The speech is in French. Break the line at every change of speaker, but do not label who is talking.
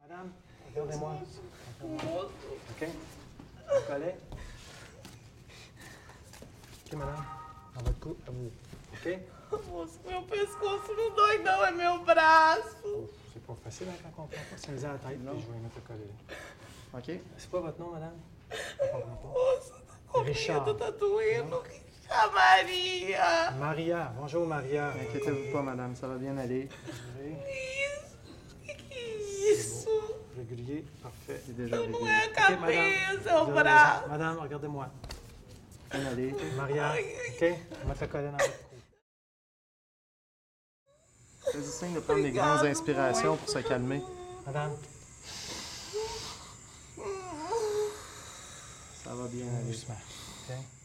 Madame, regardez-moi. OK? Un collet. OK, madame? Dans votre cou, à vous. OK?
Moço, meu pescoço não dói, não, é meu braço.
Ouf, C'est pas facile à comprend pas. Ça me dit à la tête, puis je vais y mettre le collet. là.
OK?
C'est quoi votre nom, madame?
Moço, tá com
Richard.
medo, tá doendo. A Maria.
Maria. Bonjour, Maria.
Inquiétez-vous pas, madame, ça va bien aller.
Régulier.
Isso, que que é isso?
Régulier. Parfait.
C'est déjà réglé.
Não é a
OK, madame.
cabeça, é o
Vous avez raison.
braço.
Madame, regardez-moi.
Bien aller.
Maria,
Aïe,
OK? On va mettre le collet dans votre cou.
Faites signe de prendre des grandes inspirations pour se calmer.
Madame,
Ça va bien aller.
euh, doucement. OK?